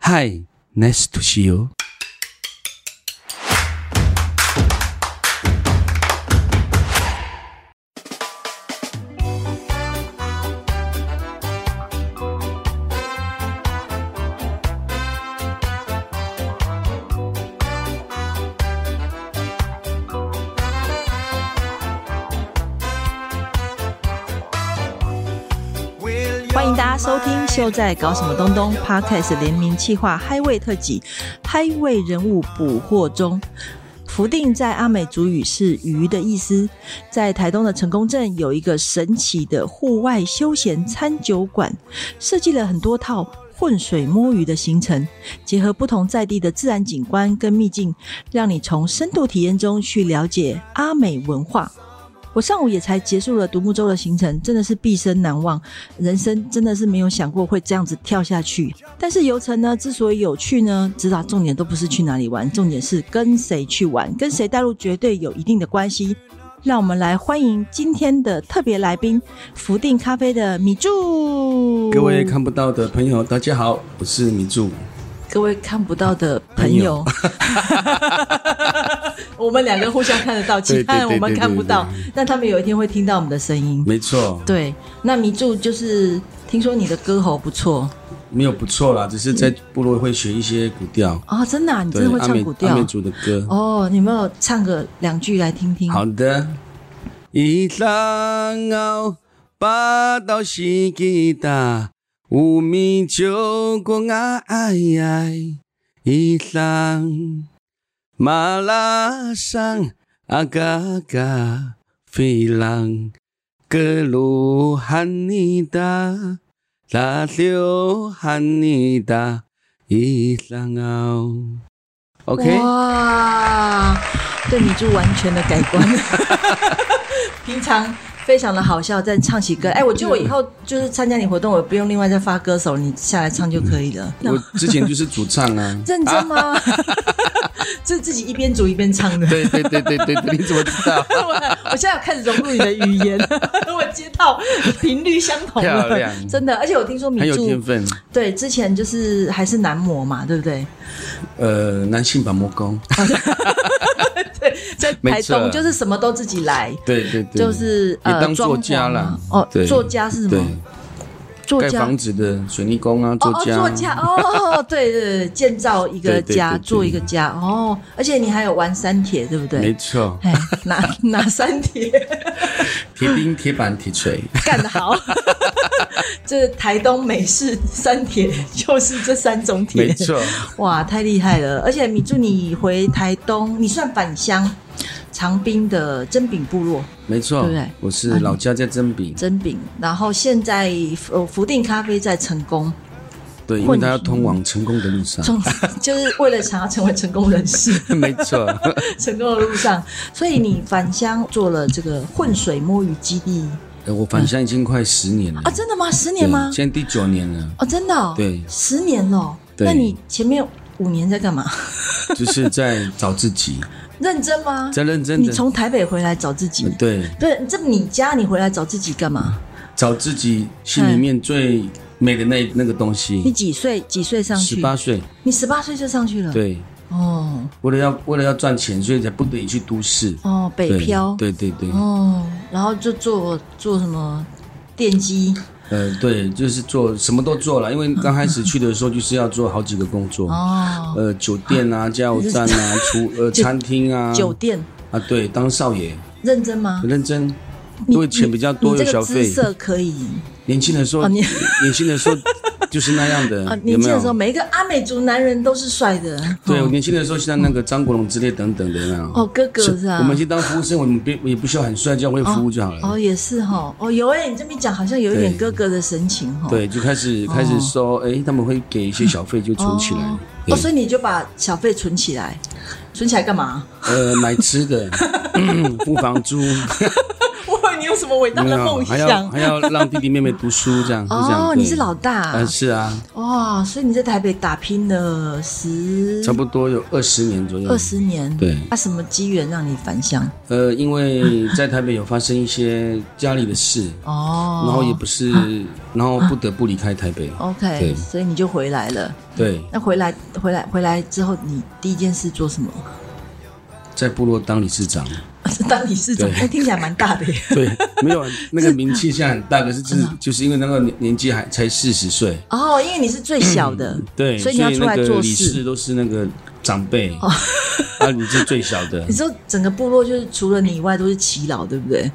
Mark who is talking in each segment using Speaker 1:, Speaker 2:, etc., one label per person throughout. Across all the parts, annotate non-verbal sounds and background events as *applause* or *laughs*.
Speaker 1: Hi, nice to see you。
Speaker 2: 欢迎大家收听《秀在搞什么东东》Podcast 联名企划嗨味特辑嗨味人物捕获中。福定在阿美族语是鱼的意思，在台东的成功镇有一个神奇的户外休闲餐酒馆，设计了很多套混水摸鱼的行程，结合不同在地的自然景观跟秘境，让你从深度体验中去了解阿美文化。我上午也才结束了独木舟的行程，真的是毕生难忘。人生真的是没有想过会这样子跳下去。但是游程呢，之所以有趣呢，指导重点都不是去哪里玩，重点是跟谁去玩，跟谁带路绝对有一定的关系。让我们来欢迎今天的特别来宾——福定咖啡的米柱。
Speaker 1: 各位看不到的朋友，大家好，我是米柱。
Speaker 2: 各位看不到的朋友， *laughs* 我们两个互相看得到，其他人我们看不到，但他们有一天会听到我们的声音。
Speaker 1: 没错，
Speaker 2: 对，那迷柱就是听说你的歌喉不错
Speaker 1: 没有不错啦，只是在部落会学一些古调，
Speaker 2: 哦，真的、啊，你真的会
Speaker 1: 阿
Speaker 2: 唱
Speaker 1: 美
Speaker 2: 古
Speaker 1: 阿
Speaker 2: 调
Speaker 1: 美族的歌。
Speaker 2: 哦？你有没有唱个两句来听听？
Speaker 1: 好的。一浪后巴到西吉达，有米酒果啊哎哎，一浪马拉上啊嘎嘎，飞浪格鲁汉尼达，拉丢汉尼达，一浪后。OK，
Speaker 2: 哇，对米柱完全的改观， *laughs* 平常。非常的好笑，但唱起歌，哎，我觉得我以后就是参加你活动，我不用另外再发歌手，你下来唱就可以了。
Speaker 1: 我之前就是主唱啊。
Speaker 2: 认真吗？ *laughs* 这自己一边煮一边唱的。
Speaker 1: 对对对对对对，你怎么知道？
Speaker 2: *laughs* 我我现在有开始融入你的语
Speaker 1: *laughs*
Speaker 2: 言，我接到频率相同了，
Speaker 1: 漂亮
Speaker 2: 真的。而且我听说米
Speaker 1: 很有天
Speaker 2: 柱
Speaker 1: 分。
Speaker 2: 对之前就是还是男模嘛，对不对？
Speaker 1: 呃，男性把魔功，
Speaker 2: 对，在
Speaker 1: 没
Speaker 2: 台
Speaker 1: 错
Speaker 2: 东就是什么都自己来，
Speaker 1: 对对对，
Speaker 2: 就是
Speaker 1: 也
Speaker 2: 呃
Speaker 1: 当作家啦
Speaker 2: 装潢啊哦，
Speaker 1: 对
Speaker 2: 作家是什么？
Speaker 1: 对，
Speaker 2: 作
Speaker 1: 盖
Speaker 2: 家
Speaker 1: 房。子的水泥工啊，
Speaker 2: 哦
Speaker 1: 作
Speaker 2: 哦，
Speaker 1: 家，
Speaker 2: 作家哦， *laughs* 对对对，建造一个
Speaker 1: 对对
Speaker 2: 家，
Speaker 1: 对对
Speaker 2: 做一个家哦，而且你还有玩三铁，对不
Speaker 1: 没
Speaker 2: 对？
Speaker 1: 错，
Speaker 2: 哎，哪哪三铁？
Speaker 1: 铁钉、铁板、铁锤，
Speaker 2: 干得好， *laughs* 这台东美式三铁就是这三种铁，
Speaker 1: 没错，
Speaker 2: *laughs* 哇，太厉害了！而且米柱，你回台东，你算返乡长滨的真饼部落，
Speaker 1: 没错，
Speaker 2: 对不对嗯
Speaker 1: 我是老家在真饼，
Speaker 2: 真饼，然后现在呃福定咖啡在成功， *laughs*
Speaker 1: 对，因为他要通往成功的路上，
Speaker 2: 从就是为了想要成为成功人士， *laughs*
Speaker 1: 没错，
Speaker 2: 成功的路上，所以你返乡做了这个浑水摸鱼基地
Speaker 1: 呃我返乡已经快十年了
Speaker 2: 啊？，真的吗？十
Speaker 1: 对
Speaker 2: 年吗？
Speaker 1: 现在第九年了，
Speaker 2: 哦，真的、哦，
Speaker 1: 对
Speaker 2: 十年了哦。
Speaker 1: 对
Speaker 2: 那你前面五年在干嘛？ *laughs*
Speaker 1: 就是在找自己，
Speaker 2: 认真吗？
Speaker 1: 在认真
Speaker 2: 你
Speaker 1: 的，
Speaker 2: 从台北回来找自己？
Speaker 1: 对，嗯
Speaker 2: 不是，这你家你回来找自己干嘛？
Speaker 1: 找自己心里面最美的那那个东
Speaker 2: 你
Speaker 1: 西。
Speaker 2: 几岁？几岁上去？
Speaker 1: 十八岁，
Speaker 2: 你十八岁就上去了？。
Speaker 1: 对，
Speaker 2: 哦
Speaker 1: 为了要为了要赚钱，所以才不得已去都市。
Speaker 2: 哦，北
Speaker 1: 对
Speaker 2: 漂。。
Speaker 1: 对对对，
Speaker 2: 哦，然后就做做什么电机？
Speaker 1: 呃，对，就是做什么都做了，因为刚开始去的时候就是要做好几个工作，
Speaker 2: 嗯哦，
Speaker 1: 呃，酒店啊、加油站啊、厨
Speaker 2: *laughs*
Speaker 1: 呃餐厅啊，
Speaker 2: 酒店。
Speaker 1: 啊，对，当少爷
Speaker 2: 认真吗
Speaker 1: 很？认真，
Speaker 2: 你
Speaker 1: 因为钱比较多有
Speaker 2: 你你这
Speaker 1: 小
Speaker 2: 个姿
Speaker 1: 费。
Speaker 2: 色可以
Speaker 1: 年轻的时候，
Speaker 2: 哦你
Speaker 1: 年轻的时候就是那样的
Speaker 2: *laughs* 啊！，
Speaker 1: 有
Speaker 2: 年
Speaker 1: 没
Speaker 2: 轻的时候，
Speaker 1: 有？
Speaker 2: 每一个阿美族男人都是帅的。
Speaker 1: 对，我
Speaker 2: 哦
Speaker 1: 年轻的时候像那个张国荣之类等等的那样。
Speaker 2: 哦，哥哥是啊。
Speaker 1: 我们去当服务生，我们别也不需要很帅，只要会服务就好了。
Speaker 2: 哦，也是哈。哦，有哎，你这么一讲，好像有一点
Speaker 1: 嗯对
Speaker 2: 哥哥的神情哈。哦
Speaker 1: 对，就开始开始收，哎、他们会给一些小费，就存起来。
Speaker 2: 哦
Speaker 1: 对
Speaker 2: 哦，所以你就把小费存起来，存起来干嘛？ *laughs*
Speaker 1: 呃，买吃的，嗯付房租，
Speaker 2: 我以为你有什么伟大
Speaker 1: 没
Speaker 2: 的
Speaker 1: 有啊
Speaker 2: 梦
Speaker 1: 还要
Speaker 2: 想
Speaker 1: 还要让弟弟妹妹读书，这样是这样。
Speaker 2: 哦，
Speaker 1: 对
Speaker 2: 你是老大
Speaker 1: 呃，是啊，
Speaker 2: 哇，所以你在台北打拼了十
Speaker 1: 差不多有二十年左右。
Speaker 2: 嗯二十年，
Speaker 1: 对
Speaker 2: 那什么机缘让你返乡？
Speaker 1: 呃，因为在台北有发生一些家里的事，
Speaker 2: 哦，
Speaker 1: 然后也不是，然后不得不离开台北。
Speaker 2: OK，
Speaker 1: 对
Speaker 2: 所以你就回来了。
Speaker 1: 对，
Speaker 2: 那回来回来回来之后，你第一件事做什么？ *laughs*
Speaker 1: 在部落当理事长。
Speaker 2: 是当理事长，
Speaker 1: 对
Speaker 2: 那听起来蛮大的耶。
Speaker 1: 对，没有那个名气现在
Speaker 2: *laughs*
Speaker 1: 很大，可是就是就是因为那个年年纪还才四十岁，
Speaker 2: 哦，因为你是最小的，
Speaker 1: 嗯对，
Speaker 2: 所
Speaker 1: 所
Speaker 2: 以你要出来
Speaker 1: 那
Speaker 2: 做
Speaker 1: 个理
Speaker 2: 事哦
Speaker 1: 事都是那个长辈，啊，你是最小
Speaker 2: *laughs*
Speaker 1: 的
Speaker 2: 你。说整个部落就是除了你以外都是耆老，对不对？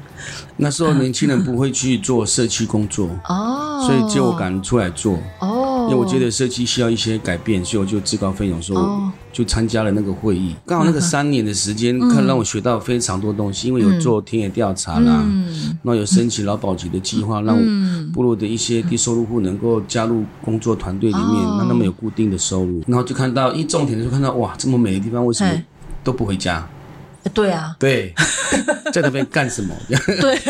Speaker 1: 那时候年轻人不会去做社区工作，
Speaker 2: 哦，
Speaker 1: 所以只有我敢出来做，
Speaker 2: 哦，
Speaker 1: 因为我觉得社区需要一些改变，所以我就自告奋勇
Speaker 2: 哦
Speaker 1: 说，就参加了那个会议。刚好那个三年的时间，看让我学到非常多东西，因为有做田野调查啦，
Speaker 2: 嗯
Speaker 1: 那有申请劳保局的计划，让
Speaker 2: 嗯
Speaker 1: 部落的一些低收入户能够加入工作团队里面
Speaker 2: 哦，
Speaker 1: 那他们有固定的收入。然后就看到一种田的时候，看到哇，这么美的地方，为什么
Speaker 2: 嘿
Speaker 1: 都不回家？
Speaker 2: 对
Speaker 1: *laughs*
Speaker 2: 啊，
Speaker 1: 对，在那边干什么？
Speaker 2: 对，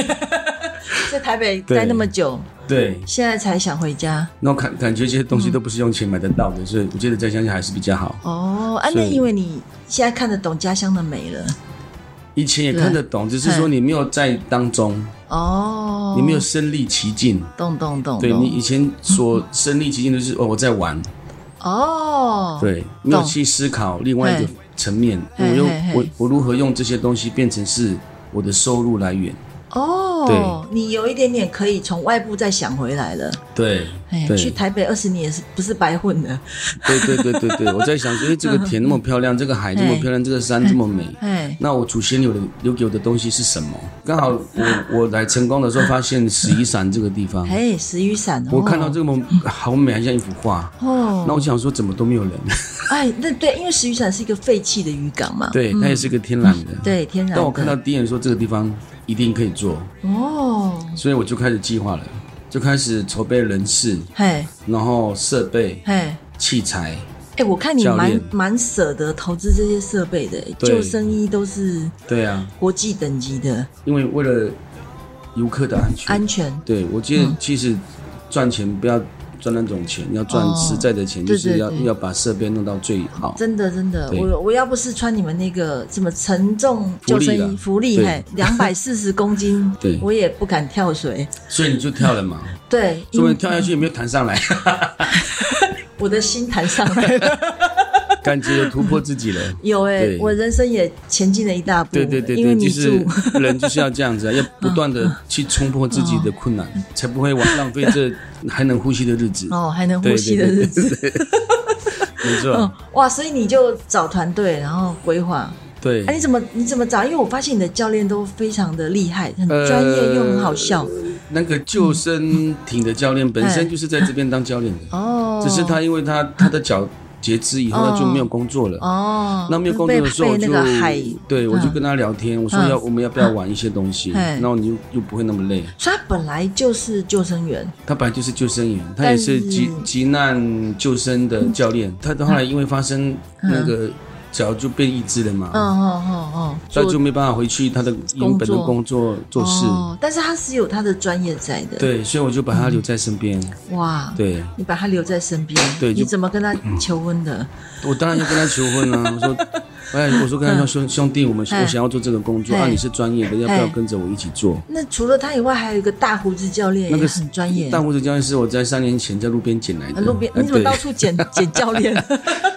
Speaker 2: 在台北
Speaker 1: *laughs* 对
Speaker 2: 待那么久，
Speaker 1: 对，
Speaker 2: 现在才想回家。
Speaker 1: 那我感感觉这些东西都不是用钱买得到的，所以我觉得在乡下还是比较好。
Speaker 2: 哦，啊，
Speaker 1: 是
Speaker 2: 那因为你现在看得懂家乡的美了。
Speaker 1: 以前也看得懂，只是说你没有在当中，
Speaker 2: 哦，
Speaker 1: 你没有身历其境。
Speaker 2: 懂懂懂，
Speaker 1: 对
Speaker 2: 懂
Speaker 1: 你以前所身历其境的是哦，我在玩，
Speaker 2: 哦，
Speaker 1: 对，没有去思考另外一个
Speaker 2: 嘿
Speaker 1: 层面，我
Speaker 2: 嘿
Speaker 1: 用
Speaker 2: 嘿嘿
Speaker 1: 我我如何用这些东西变成是我的收入来源。
Speaker 2: 哦，你有一点点可以从外部再想回来了。
Speaker 1: 对，
Speaker 2: 哎，
Speaker 1: 对，
Speaker 2: 去台北二十年也是不是白混的？
Speaker 1: 对对对对对，我在想
Speaker 2: *laughs*
Speaker 1: 说，哎，这个田那么漂亮，这个海这么漂亮，这个山这么美，
Speaker 2: 哎，
Speaker 1: 那我祖先留的留给我的东西是什么？刚好
Speaker 2: *laughs*
Speaker 1: 我我来成功的时候发现石夷山这个地方，
Speaker 2: 哎，石雨伞，
Speaker 1: 我
Speaker 2: 哦
Speaker 1: 看到这么好美，还像一幅画。那
Speaker 2: 哦
Speaker 1: 我，想说，怎么都没
Speaker 2: *laughs*
Speaker 1: 有人？
Speaker 2: 哎，那对，因为石雨伞是一个废弃的渔港嘛，
Speaker 1: 对，它也是个天然的。
Speaker 2: 嗯对，天然的。
Speaker 1: 但我看到第一眼说这个地方一定可以做，
Speaker 2: 哦，
Speaker 1: 所以我就开始计划了，就开始筹备人事，
Speaker 2: 嘿，
Speaker 1: 然后设备、
Speaker 2: 嘿。
Speaker 1: 器材。
Speaker 2: 哎、我看你
Speaker 1: 教
Speaker 2: 蛮
Speaker 1: 练
Speaker 2: 蛮舍得投资这些设备的，
Speaker 1: 对
Speaker 2: 救生衣都是
Speaker 1: 对啊，
Speaker 2: 国际等级的，
Speaker 1: 因为为了游客的安全，
Speaker 2: 安全。嗯
Speaker 1: 对我觉得其实赚钱不要赚那种钱，要赚
Speaker 2: 哦
Speaker 1: 实在的钱，
Speaker 2: 对
Speaker 1: 就是要
Speaker 2: 对对
Speaker 1: 要把设备弄到最好。
Speaker 2: 真的真的，
Speaker 1: 对
Speaker 2: 我我要不是穿你们那个什么沉重救生衣福
Speaker 1: 福
Speaker 2: 利，
Speaker 1: 利啊
Speaker 2: 嘿，两百四十公斤，
Speaker 1: *laughs* 对
Speaker 2: 我也不敢跳水。
Speaker 1: 所以你就跳了嘛，
Speaker 2: 对，
Speaker 1: 说不
Speaker 2: 因
Speaker 1: 定跳下去也没有弹上来， *laughs*
Speaker 2: 我的心弹上来了。
Speaker 1: 感觉有突破自己了。
Speaker 2: 有哎、
Speaker 1: 对
Speaker 2: 我人生也前进了一大步。
Speaker 1: 对对对
Speaker 2: 因
Speaker 1: 对，
Speaker 2: 为你
Speaker 1: 就
Speaker 2: 住、
Speaker 1: 是 *laughs* 人就是要这样
Speaker 2: *laughs*
Speaker 1: 子啊，要不断的去冲破自己的困难，
Speaker 2: 嗯
Speaker 1: 才不会往浪费这还能呼吸的日子。
Speaker 2: 哦，还能呼
Speaker 1: 对
Speaker 2: 吸
Speaker 1: 对
Speaker 2: 的
Speaker 1: 对对
Speaker 2: 日子。
Speaker 1: 对，没错，
Speaker 2: 哇，所以你就找团队，然后规划。哎、你
Speaker 1: 对。
Speaker 2: 怎么你怎么找？因为我发现你的教练都非常的厉害，很专业又很好笑。
Speaker 1: 呃
Speaker 2: 嗯
Speaker 1: 那个救生艇的教练本身就是在这边当教练的，
Speaker 2: 哦，
Speaker 1: 只是他因为他他的脚截肢以后，
Speaker 2: 哦
Speaker 1: 他就没有工作了。
Speaker 2: 哦，
Speaker 1: 那没有工作的时候，我
Speaker 2: 被被
Speaker 1: 就
Speaker 2: 那个海，
Speaker 1: 对我就跟他聊天，我说要
Speaker 2: 嗯
Speaker 1: 我们要不要玩一些东西，
Speaker 2: 嘿
Speaker 1: 然后你就就不会那么累。
Speaker 2: 所以他本来就是救生员
Speaker 1: 他本来就是救生员，他
Speaker 2: 但
Speaker 1: 也
Speaker 2: 是嗯
Speaker 1: 是急急难救生的教练。他后来因为发生那个脚就变义肢了
Speaker 2: 哦
Speaker 1: 嘛，
Speaker 2: 哦哦哦，
Speaker 1: 所以就没办法回去他的原本的工作做事。
Speaker 2: 哦，但是他是有他的专业在的，，
Speaker 1: 对，所以我就把他留在身边。
Speaker 2: 嗯哇，
Speaker 1: 对
Speaker 2: 你把他留在身边，
Speaker 1: 对就嗯
Speaker 2: 你怎么跟他求婚的？
Speaker 1: 我当然要跟他求婚
Speaker 2: *laughs*
Speaker 1: 啊！我说，哎，我说跟他说兄兄弟，我们
Speaker 2: 嗯
Speaker 1: 我想要做这个工作
Speaker 2: 嗯
Speaker 1: 啊，你是专业的，要不要
Speaker 2: 嗯
Speaker 1: 跟着我一起做？
Speaker 2: 那除了他以外，还有一个大胡子教练，
Speaker 1: 那个
Speaker 2: 也
Speaker 1: 是
Speaker 2: 很专业。啊
Speaker 1: 大胡子教练是我在三年前在路边捡来的。
Speaker 2: 路边
Speaker 1: 呃
Speaker 2: 你怎么
Speaker 1: 对
Speaker 2: 到
Speaker 1: *laughs*
Speaker 2: 处捡捡教练？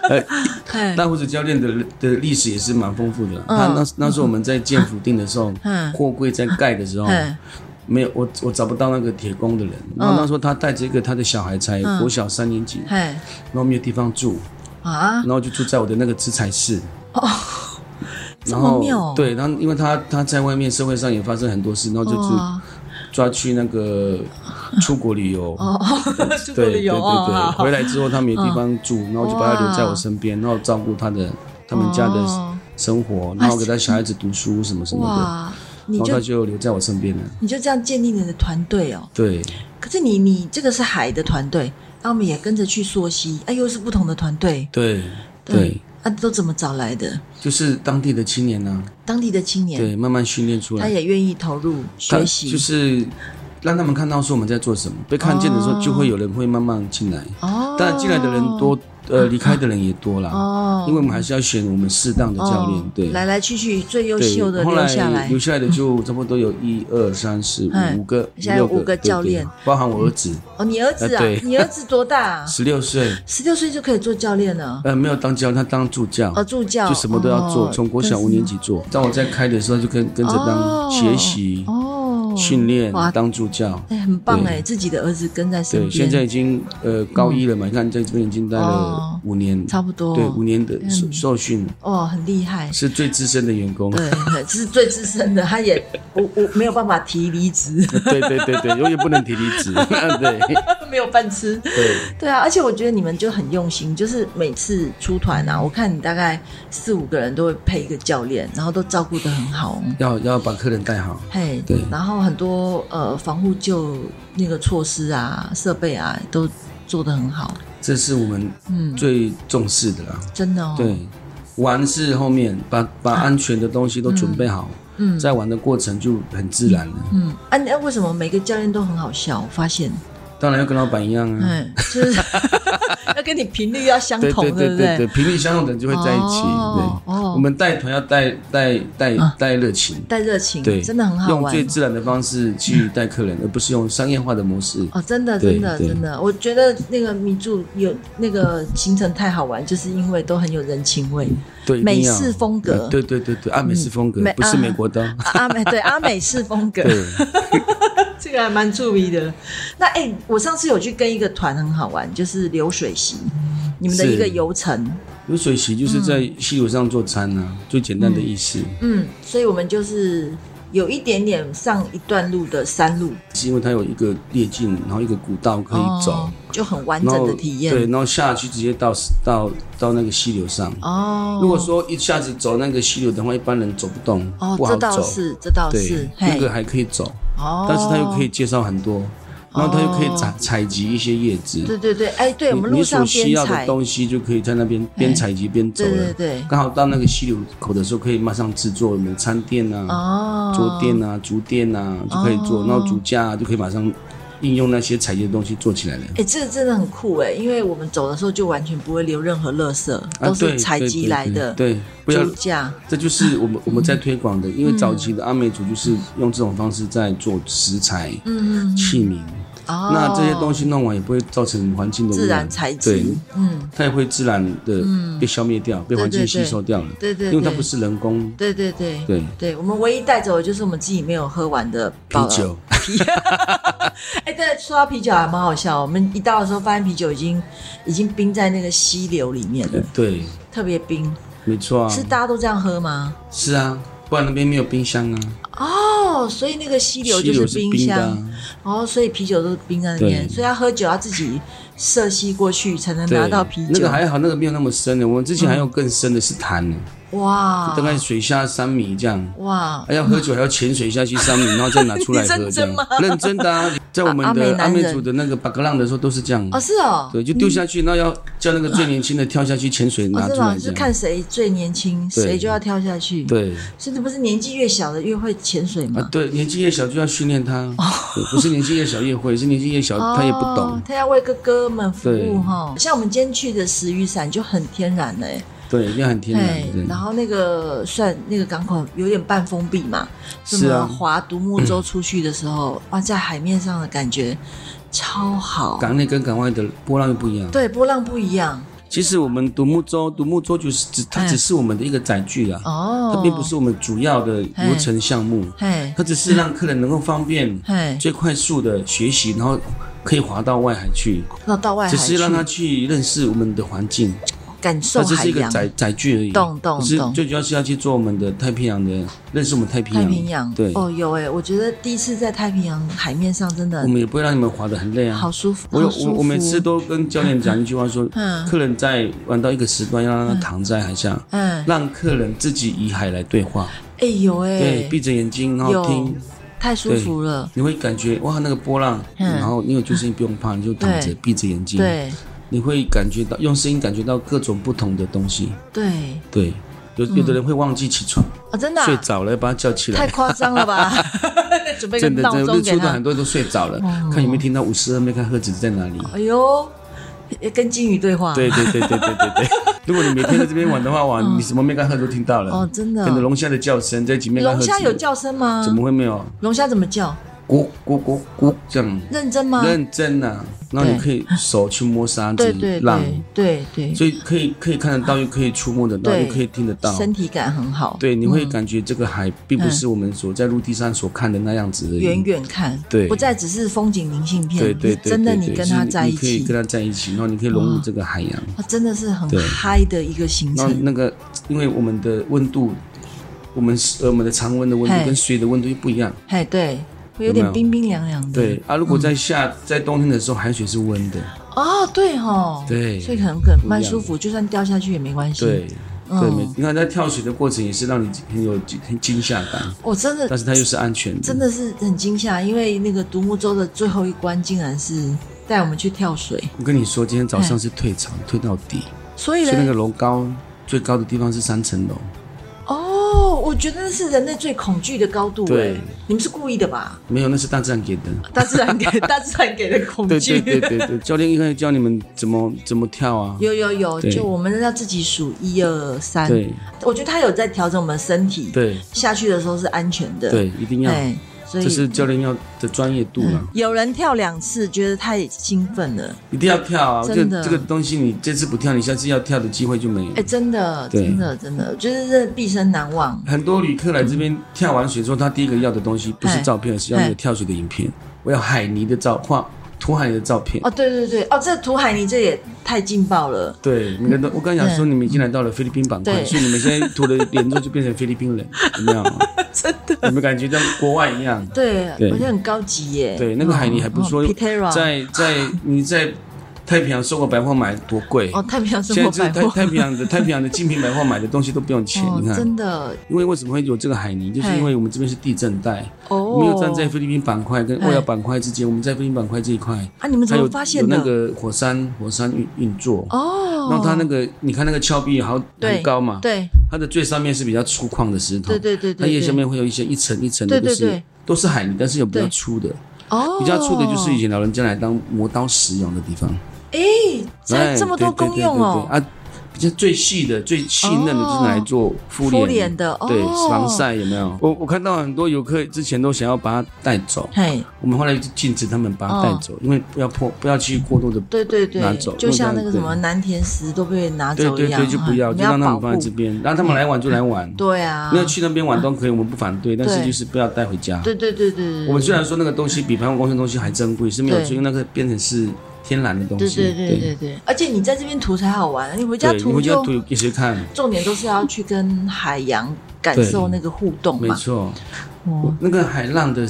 Speaker 2: 哎，
Speaker 1: 大胡子教练的的历史也是蛮丰富的啦。
Speaker 2: 嗯
Speaker 1: 他那那时候我们在建福定的时候
Speaker 2: 嗯，
Speaker 1: 货柜在盖的时候，
Speaker 2: 哎，
Speaker 1: 没有我我找不到那个铁工的人。然后那时候他带着一个他的小孩才
Speaker 2: 嗯
Speaker 1: 国小三年级，
Speaker 2: 哎，
Speaker 1: 然后没有地方住，
Speaker 2: 啊
Speaker 1: 然，后就住在我的那个资材室。
Speaker 2: 哦这
Speaker 1: *laughs* 然
Speaker 2: 么
Speaker 1: 后
Speaker 2: 妙，哦
Speaker 1: 对，然后因为他他在外面社会上也发生很多事，然后就抓
Speaker 2: *laughs* 哇，
Speaker 1: 抓去那个出国旅游。
Speaker 2: 哦，出国
Speaker 1: 对对
Speaker 2: 旅
Speaker 1: 对
Speaker 2: 游哦
Speaker 1: 对，回
Speaker 2: 来
Speaker 1: 来之后他没地方住，
Speaker 2: 嗯
Speaker 1: 然后就把他留在
Speaker 2: 哇
Speaker 1: 我身边，然后照顾他的他们家的生活，然后给他小孩子读书什么什么的，
Speaker 2: 哦啊哇，你
Speaker 1: 然后
Speaker 2: 就
Speaker 1: 他就留在我身边了。
Speaker 2: 你就这样建立你的团队哦。
Speaker 1: 对，
Speaker 2: 可是你你这个是啊海的团队，然后我们也跟着去溯溪，哎，又是不同的团队，
Speaker 1: 对，
Speaker 2: 对
Speaker 1: 对，
Speaker 2: 那、都怎么找来的？
Speaker 1: 就是当地的青年呐、
Speaker 2: 当地的青年，
Speaker 1: 对，慢慢训练出来。
Speaker 2: 他也愿意投入学
Speaker 1: 他
Speaker 2: 习，
Speaker 1: 就是让他们看到说我们在做什么，被看见的时候，就会有人会慢慢进来。
Speaker 2: 哦，
Speaker 1: 但进来的人多，呃，离开的人也多啦。
Speaker 2: 哦，
Speaker 1: 因为我们还是要选我们适当的教练，
Speaker 2: 哦
Speaker 1: 对，
Speaker 2: 来来去去最优
Speaker 1: 对，
Speaker 2: 秀的
Speaker 1: 后
Speaker 2: 留下
Speaker 1: 来
Speaker 2: 来
Speaker 1: 留，下来的就差不多有一二三四
Speaker 2: 嗯
Speaker 1: 五五个，
Speaker 2: 现在有
Speaker 1: 六
Speaker 2: 五个
Speaker 1: 对
Speaker 2: 教练
Speaker 1: 对包含我儿子，
Speaker 2: 哦，你儿子
Speaker 1: 呃
Speaker 2: 啊
Speaker 1: 对，
Speaker 2: 你儿子多大、
Speaker 1: *laughs*
Speaker 2: 啊？
Speaker 1: 十六岁，
Speaker 2: 十六岁就可以做教练了，
Speaker 1: 呃，没有当教练，他当助教，
Speaker 2: 哦，助教
Speaker 1: 就什么都要做，
Speaker 2: 哦
Speaker 1: 从国小五年级做。当我在开的时候，就跟跟着
Speaker 2: 哦
Speaker 1: 当学习、
Speaker 2: 哦，
Speaker 1: 训练
Speaker 2: 哇、
Speaker 1: 当助教。
Speaker 2: 哎，很棒
Speaker 1: 对
Speaker 2: 哎，自己的儿子跟在身
Speaker 1: 对，
Speaker 2: 边，
Speaker 1: 现在已经呃高一了嘛，你看在这边已经待了
Speaker 2: 哦
Speaker 1: 五年，
Speaker 2: 差不多，嗯
Speaker 1: 对五年的受受训，
Speaker 2: 哦，很厉害。
Speaker 1: 是最资深的员工。
Speaker 2: 对，对 *laughs* 是最资深的，他也我我没有办法提离职，
Speaker 1: *laughs*
Speaker 2: *laughs*
Speaker 1: 对对对对，永远不能提离职。对
Speaker 2: 没有饭吃。
Speaker 1: 对，
Speaker 2: 对啊，而且我觉得你们就很用心，就是每次出团啊，我看你大概四五个人都会配一个教练，然后都照顾得很好哦。
Speaker 1: 要要把客人带好。
Speaker 2: 嘿，
Speaker 1: 对
Speaker 2: 然后很多呃防护救那个措施啊、设备啊都做得很好，
Speaker 1: 这是我们
Speaker 2: 嗯
Speaker 1: 最重视的啦。
Speaker 2: 真的哦。
Speaker 1: 对，玩是后面把把安全的东西都准备好，
Speaker 2: 嗯
Speaker 1: 在玩的过程就很自然了。
Speaker 2: 嗯，啊，那为什么每个教练都很好笑？我发现，
Speaker 1: 当然要跟老板一样啊，
Speaker 2: 嗯，就是 *laughs* 要跟你频率要相
Speaker 1: 对
Speaker 2: 同，
Speaker 1: 对对
Speaker 2: 不
Speaker 1: 对对，频率相同的人就会在一起。
Speaker 2: 哦
Speaker 1: 对，
Speaker 2: 哦
Speaker 1: 我们带团要带带带
Speaker 2: 啊
Speaker 1: 带热情，
Speaker 2: 带热情，
Speaker 1: 对，
Speaker 2: 真的很好
Speaker 1: 用
Speaker 2: 玩嗯
Speaker 1: 最自然的方式去带客人，而不是用商业化的模式。
Speaker 2: 哦，真的，
Speaker 1: 对
Speaker 2: 真的，
Speaker 1: 对
Speaker 2: 真的，我觉得那个米柱有那个行程太好玩，就是因为都很有人情味。
Speaker 1: 对，一定
Speaker 2: 美
Speaker 1: 要
Speaker 2: 式风格
Speaker 1: 呃对对对对，啊，美式风格
Speaker 2: 美
Speaker 1: 不是
Speaker 2: 啊
Speaker 1: 美国
Speaker 2: *laughs*
Speaker 1: 刀。
Speaker 2: 啊
Speaker 1: *laughs*
Speaker 2: 阿美对阿美式风格，
Speaker 1: 对，
Speaker 2: *laughs* 这个还蛮注意的。那哎、我上次有去跟一个团很好玩，就是流水席，你们的
Speaker 1: 是
Speaker 2: 一个游程，
Speaker 1: 流水席就是在溪流上做餐啊，最简单的意思。
Speaker 2: 嗯，所以我们就是有一点点上一段路的山路
Speaker 1: 是因为它有一个列径，然后一个古道可以走，
Speaker 2: 哦就很完
Speaker 1: 然
Speaker 2: 整
Speaker 1: 后
Speaker 2: 的体验。
Speaker 1: 对，然后下去直接到到到那个溪流上。
Speaker 2: 哦，
Speaker 1: 如果说一下子走那个溪流的话，一般人走不动，
Speaker 2: 哦，
Speaker 1: 不
Speaker 2: 这
Speaker 1: 好
Speaker 2: 倒
Speaker 1: 走。
Speaker 2: 是，这倒是
Speaker 1: 对，，那个还可以走，
Speaker 2: 哦，
Speaker 1: 但是它又可以介绍很多，然后它又可以采采集一些叶子。
Speaker 2: 对对对，哎，对我们
Speaker 1: 你
Speaker 2: 路
Speaker 1: 你所
Speaker 2: 上
Speaker 1: 需
Speaker 2: 边
Speaker 1: 要的
Speaker 2: 采，
Speaker 1: 东西就可以在那边边采集边走
Speaker 2: 对对
Speaker 1: 了。
Speaker 2: 对，
Speaker 1: 刚好到那个溪流口的时候，可以马上制作我们的餐店啊、
Speaker 2: 哦，
Speaker 1: 桌垫啊、竹垫啊就可以做，然后竹架啊就可以马上应用那些采集的东西做起来了。
Speaker 2: 哎、这个真的很酷哎，因为我们走的时候就完全不会留任何垃圾，都是
Speaker 1: 啊对
Speaker 2: 采
Speaker 1: 对
Speaker 2: 集
Speaker 1: 对
Speaker 2: 来
Speaker 1: 对
Speaker 2: 的。
Speaker 1: 对，不要
Speaker 2: 竹，架
Speaker 1: 这就是我们我们在推广的，
Speaker 2: 嗯
Speaker 1: 因为早期的阿美族就是用这种方式在做食材、
Speaker 2: 嗯，嗯嗯
Speaker 1: 器皿，
Speaker 2: 哦，
Speaker 1: 那这些东西弄完也不会造成环境的
Speaker 2: 自
Speaker 1: 污
Speaker 2: 然
Speaker 1: 染，
Speaker 2: 采
Speaker 1: 对
Speaker 2: 集，，嗯，
Speaker 1: 它也会自然的被消灭掉，被环境
Speaker 2: 对对对
Speaker 1: 吸收掉了，
Speaker 2: 对对对，
Speaker 1: 因为它不是人工，
Speaker 2: 对对对
Speaker 1: 对
Speaker 2: 对，我们唯一带走的就是我们自己没有喝完的
Speaker 1: 啤
Speaker 2: 保
Speaker 1: 酒。
Speaker 2: 哎、对，说到啤酒还蛮好笑，我们一到的时候发现啤酒已经已经冰在那个溪流里面了，
Speaker 1: 对，
Speaker 2: 特别冰。
Speaker 1: 没错啊
Speaker 2: 是，大家都这样喝吗？
Speaker 1: 是啊，不然那边没有冰箱啊，
Speaker 2: 哦，所以那个溪流
Speaker 1: 溪
Speaker 2: 就
Speaker 1: 流
Speaker 2: 是
Speaker 1: 是冰
Speaker 2: 箱，
Speaker 1: 的啊。
Speaker 2: 哦，所以啤酒都是冰在那边，
Speaker 1: 对
Speaker 2: 所以他喝酒要自己涉溪过去才能
Speaker 1: 对
Speaker 2: 拿到啤
Speaker 1: 那
Speaker 2: 酒。
Speaker 1: 个还好，那个没有那么深的。我们之前还有更深的是潭呢，
Speaker 2: 哇，
Speaker 1: 大概水下三米这样。哎
Speaker 2: 哇，
Speaker 1: 还要喝酒，还要潜水下去三米，然后再拿出来喝，
Speaker 2: *laughs* 你
Speaker 1: 这
Speaker 2: 认真
Speaker 1: 样
Speaker 2: 吗
Speaker 1: 认真的啊！在我
Speaker 2: 阿
Speaker 1: 们
Speaker 2: 阿美
Speaker 1: 的
Speaker 2: 男
Speaker 1: 阿美
Speaker 2: 人
Speaker 1: 族的那个巴格浪的时候都是这样，
Speaker 2: 哦是哦，
Speaker 1: 对，就丢下去，然后要叫那个最年轻的跳下去潜水
Speaker 2: 哦
Speaker 1: 拿
Speaker 2: 是
Speaker 1: 出
Speaker 2: 吧？
Speaker 1: 来，
Speaker 2: 就是
Speaker 1: 这
Speaker 2: 看啊
Speaker 1: 样。
Speaker 2: 谁最年轻，
Speaker 1: 对
Speaker 2: 谁就要跳下去。，
Speaker 1: 对
Speaker 2: 所以你不是年纪越小的越会潜水
Speaker 1: 啊
Speaker 2: 吗？，
Speaker 1: 对，年纪越小就要训练他，对不是年纪越小越会，是年纪越小啊他也不
Speaker 2: 哦
Speaker 1: 懂，，
Speaker 2: 他要为哥哥们服
Speaker 1: 对
Speaker 2: 务哈。像我们今天去的石雨伞就很天然嘞、
Speaker 1: 对，一定很天
Speaker 2: 哎
Speaker 1: 然，对，
Speaker 2: 然后那个算那个港口有点半封闭嘛，
Speaker 1: 是啊
Speaker 2: 什么划独木舟出去的时候，哇，在海面上的感觉超好，
Speaker 1: 港内跟港外的波浪又不一样。
Speaker 2: 对，波浪不一样
Speaker 1: 其实我们独木舟，独木舟就是只它
Speaker 2: 哎
Speaker 1: 只是我们的一个载具啊啦，
Speaker 2: 哦，
Speaker 1: 它并不，是我们主要的流程项目，
Speaker 2: 嘿，
Speaker 1: 它只是让客人能够方便、
Speaker 2: 嘿，
Speaker 1: 最快速的学习，然后可以滑到外海去，
Speaker 2: 到到外海
Speaker 1: 只是让他
Speaker 2: 去
Speaker 1: 去认识我们的环境，
Speaker 2: 感
Speaker 1: 它
Speaker 2: 受
Speaker 1: 只
Speaker 2: 海
Speaker 1: 是一个
Speaker 2: 洋，
Speaker 1: 载载具而已。
Speaker 2: 懂懂
Speaker 1: 可是
Speaker 2: 懂
Speaker 1: 最主要是要去做我们的太平洋的，认识我们太平
Speaker 2: 太
Speaker 1: 洋。
Speaker 2: 平洋，
Speaker 1: 对，
Speaker 2: 哦，有哎，我觉得第一次在太平洋海面上真的
Speaker 1: 我们也不会让你们滑得很累啊。
Speaker 2: 好舒服，
Speaker 1: 嗯我有
Speaker 2: 好舒
Speaker 1: 我我每次
Speaker 2: 服，
Speaker 1: 都跟教练讲一句话说，
Speaker 2: *laughs* 嗯
Speaker 1: 客人在玩到一个时段，要让他躺在海下，
Speaker 2: 嗯，
Speaker 1: 让客人自己以海来对话，
Speaker 2: 哎有
Speaker 1: 对，
Speaker 2: 哎，
Speaker 1: 闭着眼睛然后
Speaker 2: 有
Speaker 1: 听，，
Speaker 2: 太舒服了，
Speaker 1: 你会感觉哇那个波浪，
Speaker 2: 嗯
Speaker 1: 然后因为就是你不用怕，你就躺着
Speaker 2: 对
Speaker 1: 闭着眼睛，
Speaker 2: 对，
Speaker 1: 你会感觉到用声音感觉到各种不同的东西。
Speaker 2: 对，
Speaker 1: 对，有有的人会忘记起床，
Speaker 2: 哦，真的啊、
Speaker 1: 睡着了要把他叫起
Speaker 2: 嗯太
Speaker 1: 来。
Speaker 2: 夸张
Speaker 1: *laughs*
Speaker 2: 了吧？准备个
Speaker 1: 真的，
Speaker 2: 闹
Speaker 1: 真的，
Speaker 2: 钟
Speaker 1: 日
Speaker 2: 给
Speaker 1: 出的
Speaker 2: 他哦
Speaker 1: 很。多人都睡着了，看有没有听到五十二麦克赫兹在哪里。
Speaker 2: 哎呦，跟金鱼对话。
Speaker 1: 对对对对对对
Speaker 2: *laughs*
Speaker 1: 对。如果你每天在这边玩的话，哇，你什么麦克赫兹都听到了。
Speaker 2: 哦真的哦
Speaker 1: 可能龙虾的叫声在几麦克赫
Speaker 2: 龙
Speaker 1: 兹。
Speaker 2: 虾有？叫声吗？
Speaker 1: 怎么会没有？
Speaker 2: 龙虾怎么叫？
Speaker 1: 咕咕咕咕这样。
Speaker 2: 认真吗？
Speaker 1: 认真呐、啊，然后你
Speaker 2: 嗯对
Speaker 1: 可以手去摸沙
Speaker 2: 对
Speaker 1: 子
Speaker 2: 对、
Speaker 1: 浪，
Speaker 2: 对对对，
Speaker 1: 所以可以可以看得到，又可以触摸得到，
Speaker 2: 对
Speaker 1: 又可以听得到。
Speaker 2: 身体感很好。，
Speaker 1: 对，你会感觉这个海并不
Speaker 2: 嗯
Speaker 1: 是我们所在陆地上所看的那样子而已。
Speaker 2: 远远看，
Speaker 1: 对
Speaker 2: 不再只是风景明信片，
Speaker 1: 对对对
Speaker 2: 是真的
Speaker 1: 对对
Speaker 2: 你跟
Speaker 1: 是
Speaker 2: 他在一
Speaker 1: 你可以
Speaker 2: 起哦
Speaker 1: 跟，他在一起，然后你可以融入这个海洋。
Speaker 2: 它真的是很
Speaker 1: 对
Speaker 2: 嗨的一个行
Speaker 1: 然后
Speaker 2: 程。
Speaker 1: 那个，因为我们的温度，我们呃我们的常温的温
Speaker 2: 嘿
Speaker 1: 度跟水的温度又不一样。
Speaker 2: 哎，对，会
Speaker 1: 有
Speaker 2: 有
Speaker 1: 没
Speaker 2: 点
Speaker 1: 有
Speaker 2: 冰冰凉凉的。
Speaker 1: 对啊，如果
Speaker 2: 嗯
Speaker 1: 在夏在冬天的时候，海水是温的，
Speaker 2: 哦，对吼，
Speaker 1: 对
Speaker 2: 所以可能可能蛮
Speaker 1: 不一样
Speaker 2: 舒服，就算掉下去也没关系。
Speaker 1: 对。对，
Speaker 2: 嗯
Speaker 1: 没你看在跳水的过程也是让你很有很惊吓感，
Speaker 2: 我哦真的
Speaker 1: 但是它又是安全的。
Speaker 2: 真的是很惊吓，因为那个独木舟的最后一关竟然是带我们去跳水，
Speaker 1: 我跟你说，今天早上是退潮，退到底，
Speaker 2: 所以
Speaker 1: 所
Speaker 2: 呢
Speaker 1: 以，那个楼高最高的地方是三层楼。
Speaker 2: 哦，我觉得那是人类最恐惧的高度。
Speaker 1: 对
Speaker 2: 哎，你们是故意的吧？
Speaker 1: 没有，那是大自然给的。
Speaker 2: 大自然
Speaker 1: *laughs*
Speaker 2: 给大自然给的恐 *laughs*
Speaker 1: 对
Speaker 2: 惧。
Speaker 1: 对对对对，教练应该教你们怎么怎么跳啊。
Speaker 2: 有有有，
Speaker 1: 对
Speaker 2: 就我们要自己数一二三。
Speaker 1: 对
Speaker 2: 我觉得他有在调整我们身体，
Speaker 1: 对
Speaker 2: 下去的时候是安全的。
Speaker 1: 对，一定要，
Speaker 2: 哎，所以
Speaker 1: 这是教练要的专业度了，
Speaker 2: 有人跳两次，觉得太兴奋了。
Speaker 1: 一定要跳啊！这
Speaker 2: 真的
Speaker 1: 这个东西，你这次不跳，你下次要跳的机会就没有
Speaker 2: 哎，。真的，
Speaker 1: 对
Speaker 2: 真的，真的，就是这毕生难忘。
Speaker 1: 很多旅客来这边跳完水之后，他第一个要的东西不是
Speaker 2: 哎
Speaker 1: 照片，而是要那
Speaker 2: 哎
Speaker 1: 个跳水的影片。我要海泥的照，画涂海泥的照片。
Speaker 2: 哦，对对对，哦，这涂海泥这也太劲爆了。
Speaker 1: 对，每个人都，我刚讲说
Speaker 2: 嗯
Speaker 1: 你们已经来到了菲律宾板
Speaker 2: 对
Speaker 1: 块，所以你们现在涂的脸肉就变成菲律
Speaker 2: *laughs*
Speaker 1: 宾人，有没有？
Speaker 2: 真的，
Speaker 1: 你们感觉像国外一样？
Speaker 2: 对，
Speaker 1: 对
Speaker 2: 我觉得很高级耶。
Speaker 1: 对，那个海泥还不说
Speaker 2: p i t e r a
Speaker 1: 在在你在太平洋收购百货买多贵
Speaker 2: 哦，，太平洋生
Speaker 1: 现在
Speaker 2: 活
Speaker 1: 这
Speaker 2: 百
Speaker 1: 太
Speaker 2: 货，
Speaker 1: 太平洋的太平洋的精品百货买的东西都不用钱，
Speaker 2: 哦
Speaker 1: 你，看。
Speaker 2: 真的
Speaker 1: 因为为什么会有这个海泥，就是
Speaker 2: 嘿
Speaker 1: 因为我们这边是地震带，
Speaker 2: 哦，
Speaker 1: 没有站在菲律宾板块跟
Speaker 2: 哎
Speaker 1: 欧亚板块之间，我们在菲律宾板块这一块，
Speaker 2: 啊，你们
Speaker 1: 还
Speaker 2: 怎么
Speaker 1: 有
Speaker 2: 发
Speaker 1: 有
Speaker 2: 现的？
Speaker 1: 那个火山火山运运作，
Speaker 2: 哦，
Speaker 1: 然后它那个你看那个峭壁好
Speaker 2: 对
Speaker 1: 很高嘛，
Speaker 2: 对
Speaker 1: 它的最上面是比较粗犷的石头，
Speaker 2: 对对对
Speaker 1: 它
Speaker 2: 对，
Speaker 1: 叶下
Speaker 2: 对
Speaker 1: 面会有一些一层一层
Speaker 2: 对
Speaker 1: 的，就
Speaker 2: 对
Speaker 1: 是
Speaker 2: 对
Speaker 1: 都是海泥，但是有比较
Speaker 2: 对
Speaker 1: 粗的，
Speaker 2: 哦，
Speaker 1: 比较粗的就是以前老人家来当磨刀石用的地方，
Speaker 2: 哎，这
Speaker 1: 哎
Speaker 2: 这么多
Speaker 1: 对对
Speaker 2: 功用
Speaker 1: 对对
Speaker 2: 哦，
Speaker 1: 对啊。比较最细的、最细嫩的，就是拿来做敷
Speaker 2: 哦敷
Speaker 1: 脸
Speaker 2: 脸的哦
Speaker 1: 对，防晒有没有？我我看到很多游客之前都想要把它带走，
Speaker 2: 嘿，
Speaker 1: 我们后来就禁止他们把它带
Speaker 2: 哦
Speaker 1: 走，因为不要破，不要去过度的
Speaker 2: 对对
Speaker 1: 拿
Speaker 2: 对
Speaker 1: 走，
Speaker 2: 就像那
Speaker 1: 弄
Speaker 2: 个
Speaker 1: 这样
Speaker 2: 什么南田石都被拿
Speaker 1: 对
Speaker 2: 走
Speaker 1: 对
Speaker 2: 一样，
Speaker 1: 对，就不要，
Speaker 2: 我
Speaker 1: 就
Speaker 2: 们要
Speaker 1: 让他
Speaker 2: 保
Speaker 1: 们放在这
Speaker 2: 护，
Speaker 1: 边，让他们来玩就来玩。
Speaker 2: 对啊，
Speaker 1: 那去那边玩都可以，我们不反对，但是
Speaker 2: 对
Speaker 1: 就是不要带回家。
Speaker 2: 对对对对对，
Speaker 1: 我们虽然说那个东西比百货公司的东西还珍贵，是没有
Speaker 2: 对
Speaker 1: 错，因为那个变成是天然的东
Speaker 2: 对
Speaker 1: 西。
Speaker 2: 对对对对，而且你在这边涂才好玩，啊你回家
Speaker 1: 对，你
Speaker 2: 涂
Speaker 1: 回家
Speaker 2: 就
Speaker 1: 涂给谁看？
Speaker 2: 重点都是要去跟海洋感
Speaker 1: 对
Speaker 2: 受那个互动
Speaker 1: 没
Speaker 2: 嘛，
Speaker 1: 错，
Speaker 2: 哦，
Speaker 1: 那个海浪的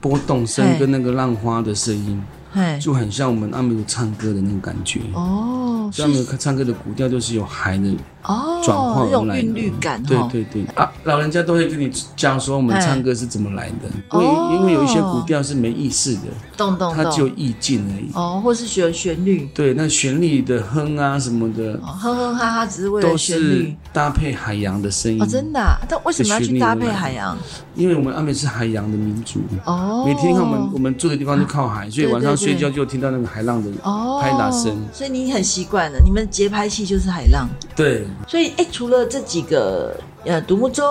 Speaker 1: 波动声
Speaker 2: 嘿
Speaker 1: 跟那个浪花的声音，
Speaker 2: 嘿，
Speaker 1: 就很像我们阿美族唱歌的那种感觉。
Speaker 2: 哦，
Speaker 1: 所以阿美族唱歌的古调就是有海的
Speaker 2: 哦，
Speaker 1: 转化
Speaker 2: 那
Speaker 1: 而
Speaker 2: 种
Speaker 1: 来的，
Speaker 2: 韵律感哦
Speaker 1: 对
Speaker 2: 哈，
Speaker 1: 对对啊，老人家都会跟你讲说我们唱歌是怎么来的，因
Speaker 2: 哎
Speaker 1: 为
Speaker 2: 哦
Speaker 1: 因为有一些古调是没意识的，
Speaker 2: 动动
Speaker 1: 它只有
Speaker 2: 动，
Speaker 1: 意境而已。
Speaker 2: 哦，或是旋旋律，
Speaker 1: 对，那旋律的哼啊什么的
Speaker 2: 哦，哼哼哈哈，只是为
Speaker 1: 嗯都
Speaker 2: 了旋
Speaker 1: 是
Speaker 2: 律。
Speaker 1: 搭配海洋的声音
Speaker 2: 哦，。真的、啊？但为什么要
Speaker 1: 这旋
Speaker 2: 去
Speaker 1: 律
Speaker 2: 搭
Speaker 1: 的
Speaker 2: 配
Speaker 1: 来源
Speaker 2: 海洋？
Speaker 1: 因为我们阿美是海洋的民族，
Speaker 2: 哦，
Speaker 1: 每天看我们我们住的地方就靠海，所以
Speaker 2: 对
Speaker 1: 晚上
Speaker 2: 对对
Speaker 1: 睡觉就听到那个海浪的
Speaker 2: 哦
Speaker 1: 拍打声。
Speaker 2: 所以你很习惯了。你们节拍器就是海浪，
Speaker 1: 对，
Speaker 2: 所以哎，除了这几个呃独木舟，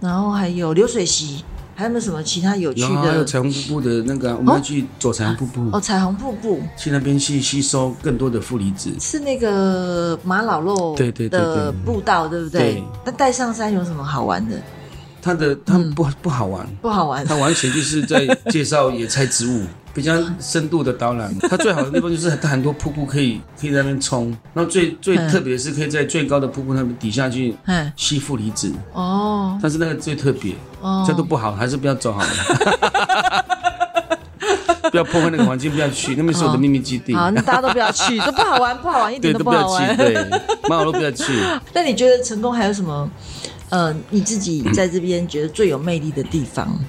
Speaker 2: 然后还有流水席，还有没有什么其他有趣
Speaker 1: 然后还有
Speaker 2: 的？
Speaker 1: 彩虹瀑布的那个啊，我们要去走彩虹瀑布
Speaker 2: 哦，，彩虹瀑布
Speaker 1: 去那边去吸收更多的负离子。
Speaker 2: 是那个马老肉
Speaker 1: 对对对
Speaker 2: 的
Speaker 1: 对
Speaker 2: 步道，对不对
Speaker 1: 对？
Speaker 2: 那带上山有什么好玩的？
Speaker 1: 它的它
Speaker 2: 嗯
Speaker 1: 不不好玩，
Speaker 2: 不好玩
Speaker 1: 它完全就是在介绍野菜植
Speaker 2: *laughs*
Speaker 1: 物，比较深度的导览。它最好的地方就是它很多瀑布可以可以在那边冲，然后最最
Speaker 2: 嗯
Speaker 1: 特别是可以在最高的瀑布那边底下去
Speaker 2: 哎，
Speaker 1: 吸负离子，
Speaker 2: 哦
Speaker 1: 但是那个最特别，
Speaker 2: 哦，
Speaker 1: 这都不好，还是不要走好了。 *laughs* 不要破坏那个环境，不要去，那边是我的秘密基地，
Speaker 2: 好，那大家都不要
Speaker 1: *laughs*
Speaker 2: 去，都不好玩，不好玩，一
Speaker 1: 对，
Speaker 2: 点
Speaker 1: 都
Speaker 2: 不
Speaker 1: 不要
Speaker 2: 好
Speaker 1: 去，
Speaker 2: 玩。
Speaker 1: 对，马尔都不要去。
Speaker 2: 那你觉得成功还有什么？呃，你
Speaker 1: *clears throat*
Speaker 2: 自己在这边觉得最有魅力的地方？嗯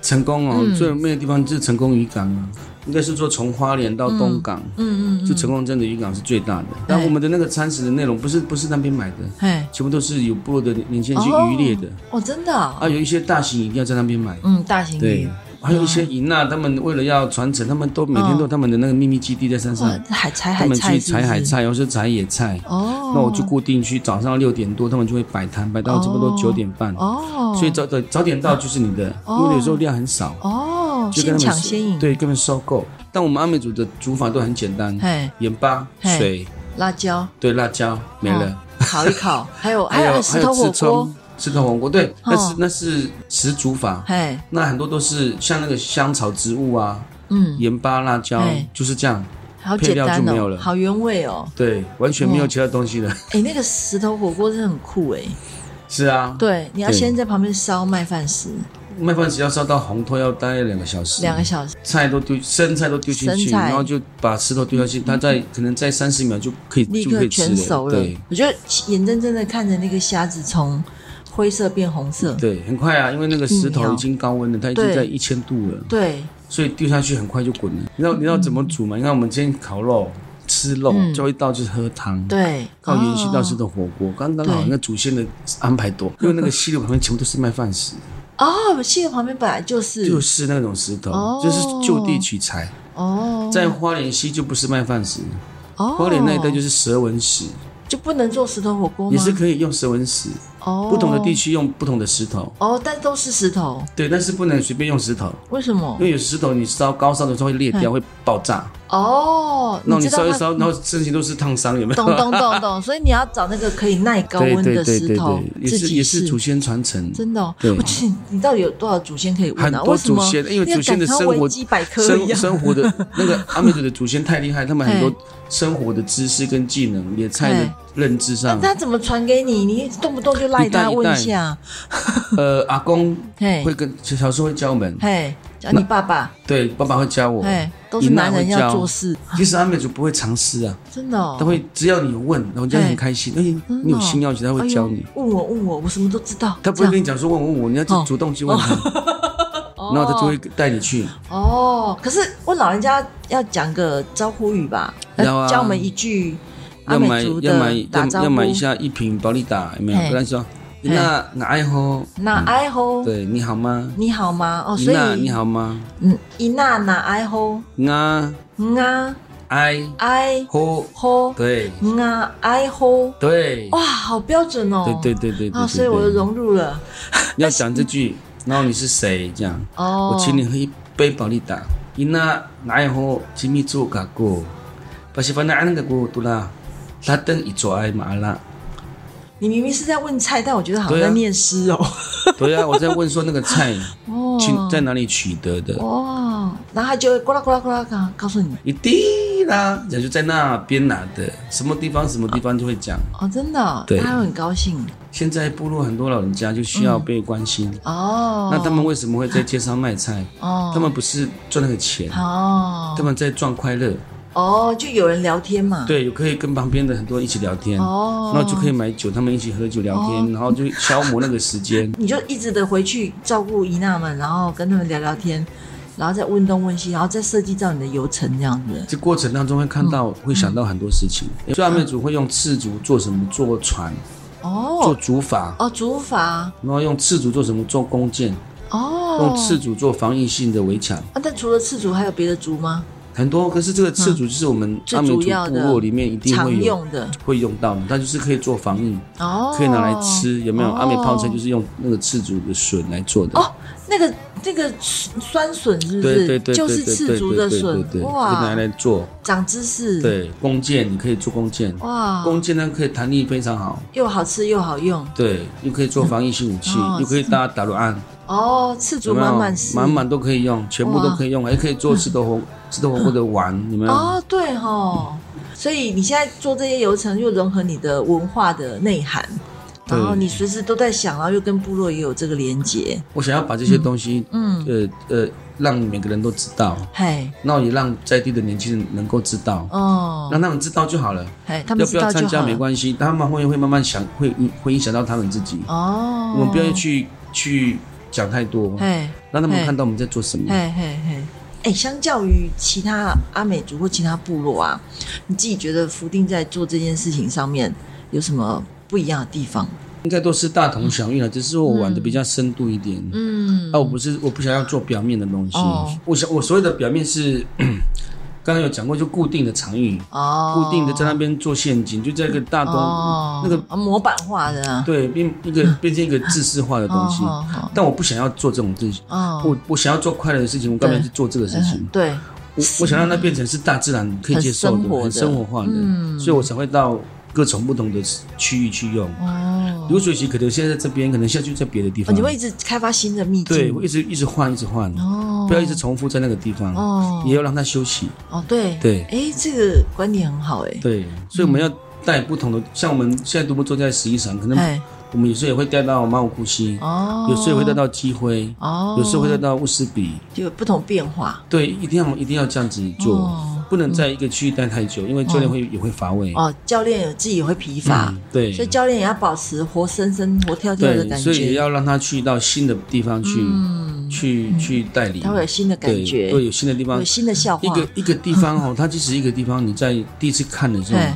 Speaker 1: 成功哦，最有魅力的地方就是成功渔港啊，应该是说从花莲到东港，
Speaker 2: 嗯哎嗯，
Speaker 1: 就成功镇的渔港是最大的。但我们的那个餐食的内容不是不是那边买的，
Speaker 2: 嘿，
Speaker 1: 全部都是有部落的年轻人去渔猎的。
Speaker 2: 哦，真的啊，
Speaker 1: 啊，有一些大型一定要在那边买。
Speaker 2: 嗯，大型
Speaker 1: 对
Speaker 2: 鱼，，
Speaker 1: 还有一些银啊娜，他们为了要传承，他们都每天都有他们的那个秘密基地在山
Speaker 2: 哦哇
Speaker 1: 上，，
Speaker 2: 海采
Speaker 1: 嗯他
Speaker 2: 海
Speaker 1: 们
Speaker 2: 菜
Speaker 1: 去
Speaker 2: 是不
Speaker 1: 采海
Speaker 2: 是？
Speaker 1: 菜，或是采野菜。
Speaker 2: 哦，
Speaker 1: 那我就固定去早上六点多，他们就会摆摊，摆到差不多
Speaker 2: 哦
Speaker 1: 九点半。
Speaker 2: 哦，
Speaker 1: 所以早早早点到就是你的，
Speaker 2: 哦
Speaker 1: 因为有时候量很少，
Speaker 2: 哦，
Speaker 1: 就跟
Speaker 2: 先
Speaker 1: 他
Speaker 2: 抢
Speaker 1: 们
Speaker 2: 先赢，，
Speaker 1: 对，跟他们收购。但我们阿美族的煮法都很简单，
Speaker 2: 嘿，
Speaker 1: 盐巴、
Speaker 2: 嘿
Speaker 1: 水、
Speaker 2: 辣椒
Speaker 1: 对辣椒没了，
Speaker 2: 烤
Speaker 1: *laughs*
Speaker 2: 一烤，还有
Speaker 1: 还
Speaker 2: 有
Speaker 1: 有还
Speaker 2: 石
Speaker 1: 有
Speaker 2: 头火
Speaker 1: 刺
Speaker 2: 锅
Speaker 1: 葱，、石头火锅，对，那
Speaker 2: 哦
Speaker 1: 是那是食煮法。
Speaker 2: 嘿，
Speaker 1: 那很多都是像那个香草植物啊，
Speaker 2: 嗯，
Speaker 1: 盐巴、辣椒
Speaker 2: 嘿
Speaker 1: 就是这样，
Speaker 2: 好
Speaker 1: 配
Speaker 2: 简
Speaker 1: 料
Speaker 2: 单
Speaker 1: 就没有
Speaker 2: 哦，
Speaker 1: 了
Speaker 2: 好原味哦。
Speaker 1: 对，完全没有其他东西了。 *laughs*
Speaker 2: 哎，那个石头火锅真的很酷哎，
Speaker 1: 是啊，
Speaker 2: 对，你要
Speaker 1: 对
Speaker 2: 先在旁边烧麦饭石，
Speaker 1: 麦饭只要烧到红透要大概两个小时，
Speaker 2: 两个小时，
Speaker 1: 菜都丢，生菜都丢进
Speaker 2: 生
Speaker 1: 去，
Speaker 2: 菜嗯
Speaker 1: 然后就把石头丢下去，它在可能在三十秒就可以
Speaker 2: 立
Speaker 1: 就可
Speaker 2: 刻
Speaker 1: 以吃
Speaker 2: 全熟了
Speaker 1: 对。
Speaker 2: 我就眼睁睁的看着那个虾子从灰色变红色，
Speaker 1: 对，很快啊，因为那个石
Speaker 2: 一秒
Speaker 1: 头已经高温了，它已经
Speaker 2: 对
Speaker 1: 在一千度了，
Speaker 2: 对，
Speaker 1: 所以丢下去很快就滚了。你知道你知道怎么煮吗？你看我们今天烤肉吃肉，
Speaker 2: 嗯
Speaker 1: 最后一道就是喝汤。
Speaker 2: 对，
Speaker 1: 靠延续到
Speaker 2: 哦
Speaker 1: 吃的火锅，刚刚好
Speaker 2: 对
Speaker 1: 那祖先的安排多，因为那个溪流旁边全部都是卖饭食，
Speaker 2: 哦，西的旁边本来 *laughs* 就是
Speaker 1: 就是那种石头，
Speaker 2: 哦
Speaker 1: 就是就地取材。
Speaker 2: 哦，
Speaker 1: 在花莲溪就不是卖饭食，
Speaker 2: 哦
Speaker 1: 花莲那一带就是蛇纹石，
Speaker 2: 就不能做石头火锅吗？
Speaker 1: 也是可以用蛇纹石，
Speaker 2: 哦，
Speaker 1: 不同的地区用不同的石头，
Speaker 2: 哦，但都是石头，
Speaker 1: 对，但是不能随便用石头，
Speaker 2: 为什么
Speaker 1: 因？为有石头你烧高烧的时候会裂掉，会爆炸，
Speaker 2: 哦，
Speaker 1: 然后
Speaker 2: 嗯知
Speaker 1: 你
Speaker 2: 道
Speaker 1: 烧一
Speaker 2: 它
Speaker 1: 烧，然后身体都是烫伤，有没有？
Speaker 2: 懂懂懂懂，所以你要找那个可以耐
Speaker 1: *laughs*
Speaker 2: 高
Speaker 1: 对
Speaker 2: 温
Speaker 1: 对
Speaker 2: 的
Speaker 1: 对对
Speaker 2: 石头
Speaker 1: 对，，也
Speaker 2: 自
Speaker 1: 是
Speaker 2: 己
Speaker 1: 也
Speaker 2: 试
Speaker 1: 是祖先传承。
Speaker 2: 真的、哦，
Speaker 1: 对
Speaker 2: 我去，你到底有多少祖先可以问
Speaker 1: 很
Speaker 2: 啊？
Speaker 1: 多
Speaker 2: 为什
Speaker 1: 祖
Speaker 2: 么？
Speaker 1: 先，因为祖先的生
Speaker 2: 那
Speaker 1: 活
Speaker 2: 个感觉好像维基百科一
Speaker 1: 生
Speaker 2: 样
Speaker 1: 生活
Speaker 2: *laughs*
Speaker 1: 的那个阿美族的祖先太厉害，他们很
Speaker 2: 嘿
Speaker 1: 多生活的知识跟技能，野菜的
Speaker 2: 嘿
Speaker 1: 认知上，
Speaker 2: 他怎么传给你？你动不动就赖
Speaker 1: 一代
Speaker 2: 他
Speaker 1: 一
Speaker 2: 问
Speaker 1: 代
Speaker 2: 一下，
Speaker 1: 呃，阿公
Speaker 2: 嘿
Speaker 1: 会，跟小时候会教我们，
Speaker 2: 嘿，叫你爸爸，
Speaker 1: 对，爸爸会教我，
Speaker 2: 嘿，都是
Speaker 1: 姨妈
Speaker 2: 男人
Speaker 1: 会
Speaker 2: 要
Speaker 1: 教
Speaker 2: 做事，
Speaker 1: 其实阿美族不会藏私啊，
Speaker 2: 真的、哦，
Speaker 1: 他会只要你问，老人家
Speaker 2: 嘿哦
Speaker 1: 很开心，哎，你有心要学，他会教你
Speaker 2: 哎。呦问我问我，我什么都知道，
Speaker 1: 他不会
Speaker 2: 这
Speaker 1: 跟
Speaker 2: 样
Speaker 1: 你讲说问我问我，你要
Speaker 2: 哦
Speaker 1: 主动去问他，然后他就会带你去。
Speaker 2: 哦。可是问老人家要讲个招呼语吧，
Speaker 1: 要啊
Speaker 2: 教我们一句阿
Speaker 1: 要
Speaker 2: 美
Speaker 1: 买
Speaker 2: 族
Speaker 1: 要买
Speaker 2: 的打
Speaker 1: 要
Speaker 2: 招呼，
Speaker 1: 要买一下一瓶保利达，有没有
Speaker 2: 嘿？
Speaker 1: 跟他说，那那爱喝，
Speaker 2: 那爱吼，
Speaker 1: 嗯对你好吗？
Speaker 2: 你好吗？哦，所以
Speaker 1: 那你，好吗？
Speaker 2: 嗯，伊娜那爱吼，
Speaker 1: 啊
Speaker 2: 嗯啊
Speaker 1: 爱
Speaker 2: 爱
Speaker 1: 喝，
Speaker 2: 吼，
Speaker 1: 对
Speaker 2: 嗯啊爱吼，
Speaker 1: 对
Speaker 2: 哇，好标准哦。
Speaker 1: 对对对对对
Speaker 2: 啊，
Speaker 1: 对，
Speaker 2: 所以我就融入了。
Speaker 1: 要讲这句，然后你是谁这样？
Speaker 2: 哦，
Speaker 1: 我请你喝一杯保利达。伊那哪有好吉米做嘎过？巴西班牙那个过多啦，他等一做爱马拉。
Speaker 2: 你明明是在问菜，但我觉得好像
Speaker 1: 对啊
Speaker 2: 在念诗哦。
Speaker 1: 对啊，我在问说那个菜
Speaker 2: 哦，
Speaker 1: *laughs* 请在哪里取得的？
Speaker 2: 哦，然后他就会呱啦呱啦呱啦呱啦告诉你。
Speaker 1: 一滴啦，也就在那边拿的，什么地方什么地方就会讲。
Speaker 2: 哦，真的哦，
Speaker 1: 对
Speaker 2: 他会很高兴
Speaker 1: 现在部落很多老人家就需要被关心，
Speaker 2: 哦。
Speaker 1: 那他们为什么会在街上卖菜？
Speaker 2: 哦，
Speaker 1: 他们不是赚那个钱，
Speaker 2: 哦，
Speaker 1: 他们在赚快乐。
Speaker 2: 哦，就有人聊天嘛，，
Speaker 1: 对，有可以跟旁边的很多人一起聊天，
Speaker 2: 哦。
Speaker 1: 那就可以买酒，他们一起喝酒聊天，然后就消磨那个时间
Speaker 2: *laughs* 你就一直的回去照顾姨娜们，然后跟他们聊聊天，然后再问东问西，然后再设计到你的游程这样子。
Speaker 1: 这过程当中会看到，会想到很多事情。
Speaker 2: 嗯
Speaker 1: 所以阿美族会用赤足做什么？做船，做
Speaker 2: 哦
Speaker 1: 竹筏，
Speaker 2: 哦，竹筏
Speaker 1: 然后用赤足做什么？做弓箭，
Speaker 2: 哦，
Speaker 1: 用赤足做防御性的围墙。
Speaker 2: 啊，但除了赤竹还有别的竹吗？
Speaker 1: 很多，可是这个赤足就是我们
Speaker 2: 最
Speaker 1: 阿美族
Speaker 2: 哦主要
Speaker 1: 部
Speaker 2: 的
Speaker 1: 落里面一定
Speaker 2: 常
Speaker 1: 会有
Speaker 2: 用的
Speaker 1: 会用到的，它就是可以做防御，
Speaker 2: 哦，
Speaker 1: 可以拿来吃，有没有？
Speaker 2: 哦
Speaker 1: 阿美泡菜就是用那个赤足的笋来做的。
Speaker 2: 哦，那个那个酸笋是不
Speaker 1: 对对
Speaker 2: 是？
Speaker 1: 对，
Speaker 2: 就
Speaker 1: 对
Speaker 2: 是
Speaker 1: 对
Speaker 2: 赤
Speaker 1: 对
Speaker 2: 竹
Speaker 1: 对
Speaker 2: 的
Speaker 1: 对对
Speaker 2: 笋
Speaker 1: 对，可以拿
Speaker 2: 哇，
Speaker 1: 来做。
Speaker 2: 长知识，，
Speaker 1: 对，弓箭你可以做弓箭，
Speaker 2: 哇，
Speaker 1: 弓箭呢可以弹力非常好，
Speaker 2: 又好吃又好用
Speaker 1: 对，又可以做防御性武器
Speaker 2: 哦，
Speaker 1: 又可以搭打罗岸，
Speaker 2: 哦，赤
Speaker 1: 有
Speaker 2: 竹
Speaker 1: 没有
Speaker 2: 满满是
Speaker 1: 满满都可以用，全部
Speaker 2: 哇
Speaker 1: 都可以用，还可以做石头火
Speaker 2: *laughs*
Speaker 1: 石头火锅的碗，有没有？
Speaker 2: 哦，对吼，所以你现在做这些流程，又融合你的文化的内涵，
Speaker 1: 对
Speaker 2: 然后你随时都在想，然后又跟部落也有这个连接，
Speaker 1: 我想要把这些东西，
Speaker 2: 嗯，
Speaker 1: 呃呃，让每个人都知道，
Speaker 2: 嘿，
Speaker 1: 那也让在地的年轻人能够知道，
Speaker 2: 哦，
Speaker 1: 让他们知道就好了。
Speaker 2: 嘿，他们
Speaker 1: 要不
Speaker 2: 知
Speaker 1: 要
Speaker 2: 道
Speaker 1: 参
Speaker 2: 就
Speaker 1: 加
Speaker 2: 好
Speaker 1: 没
Speaker 2: 了。
Speaker 1: 关系，他们会会慢慢想，会会影响到他们自己。
Speaker 2: 哦，
Speaker 1: 我们不要去去讲太多，
Speaker 2: 嘿，
Speaker 1: 让他们
Speaker 2: 嘿
Speaker 1: 看到我们在做什么。
Speaker 2: 嘿嘿嘿，嗯哎，相较于其他阿美族或其他部落啊，你自己觉得福定在做这件事情上面有什么不一样的地方？
Speaker 1: 应该都是大同小异了，只是我玩的比较深度一点。
Speaker 2: 嗯
Speaker 1: 啊，我不是我不想要做表面的东西，
Speaker 2: 哦
Speaker 1: 我想我所谓的表面是， *clears throat* 刚刚有讲过，就固定的场域，
Speaker 2: 哦
Speaker 1: 固定的在那边做陷阱，就在一个大东、
Speaker 2: 哦
Speaker 1: 那个
Speaker 2: 啊模板化的
Speaker 1: *laughs*
Speaker 2: 啊
Speaker 1: 对变一个变成一个制式化的东西，
Speaker 2: 哦好
Speaker 1: 但我不想要做这种东西，
Speaker 2: 好哦
Speaker 1: 我我想要做快乐的事情，我干嘛要去做这个事情
Speaker 2: 嗯？对
Speaker 1: 我我想让它变成是大自然可以接受
Speaker 2: 很生活
Speaker 1: 的、
Speaker 2: 的嗯
Speaker 1: 很生活化的，所以我才会到各种不同的区域去用。
Speaker 2: 哦，
Speaker 1: 流水席可能现在在这边，可能下去在别的地
Speaker 2: 哦
Speaker 1: 方
Speaker 2: 你，会一直开发新的秘
Speaker 1: 对，
Speaker 2: 境
Speaker 1: 我一直一直换，一直换。
Speaker 2: 哦，
Speaker 1: 不要一直重复在那个地方，
Speaker 2: 哦
Speaker 1: 也要让它休息。
Speaker 2: 哦对
Speaker 1: 对
Speaker 2: 哎这个观点很好哎
Speaker 1: 对，所以我们要带不同的，像我们现在独步坐在十一省，可能
Speaker 2: 哎
Speaker 1: 我们有时候也会带到马武库西，
Speaker 2: 哦
Speaker 1: 有时候也会带到基辉，
Speaker 2: 哦
Speaker 1: 有时候会带到乌斯比。
Speaker 2: 就有不同变化
Speaker 1: 对，一定要一定要这样子做
Speaker 2: 哦，
Speaker 1: 不能在一个区域待太久，因为教练会也会乏味。
Speaker 2: 哦，啊教练有自己也会疲乏。
Speaker 1: 嗯对，
Speaker 2: 所以教练也要保持活生生、活跳跳的
Speaker 1: 对，
Speaker 2: 感
Speaker 1: 所以也
Speaker 2: 觉，嗯
Speaker 1: 要让他去到新的地方去去去代理，
Speaker 2: 他会有新的感
Speaker 1: 对
Speaker 2: 觉，
Speaker 1: 对，有新的地方
Speaker 2: 有，新的笑
Speaker 1: 一
Speaker 2: 话。
Speaker 1: 个一个地方
Speaker 2: *laughs*
Speaker 1: 哦，它其实一个地方，你在第一次看的时候，
Speaker 2: 嘿，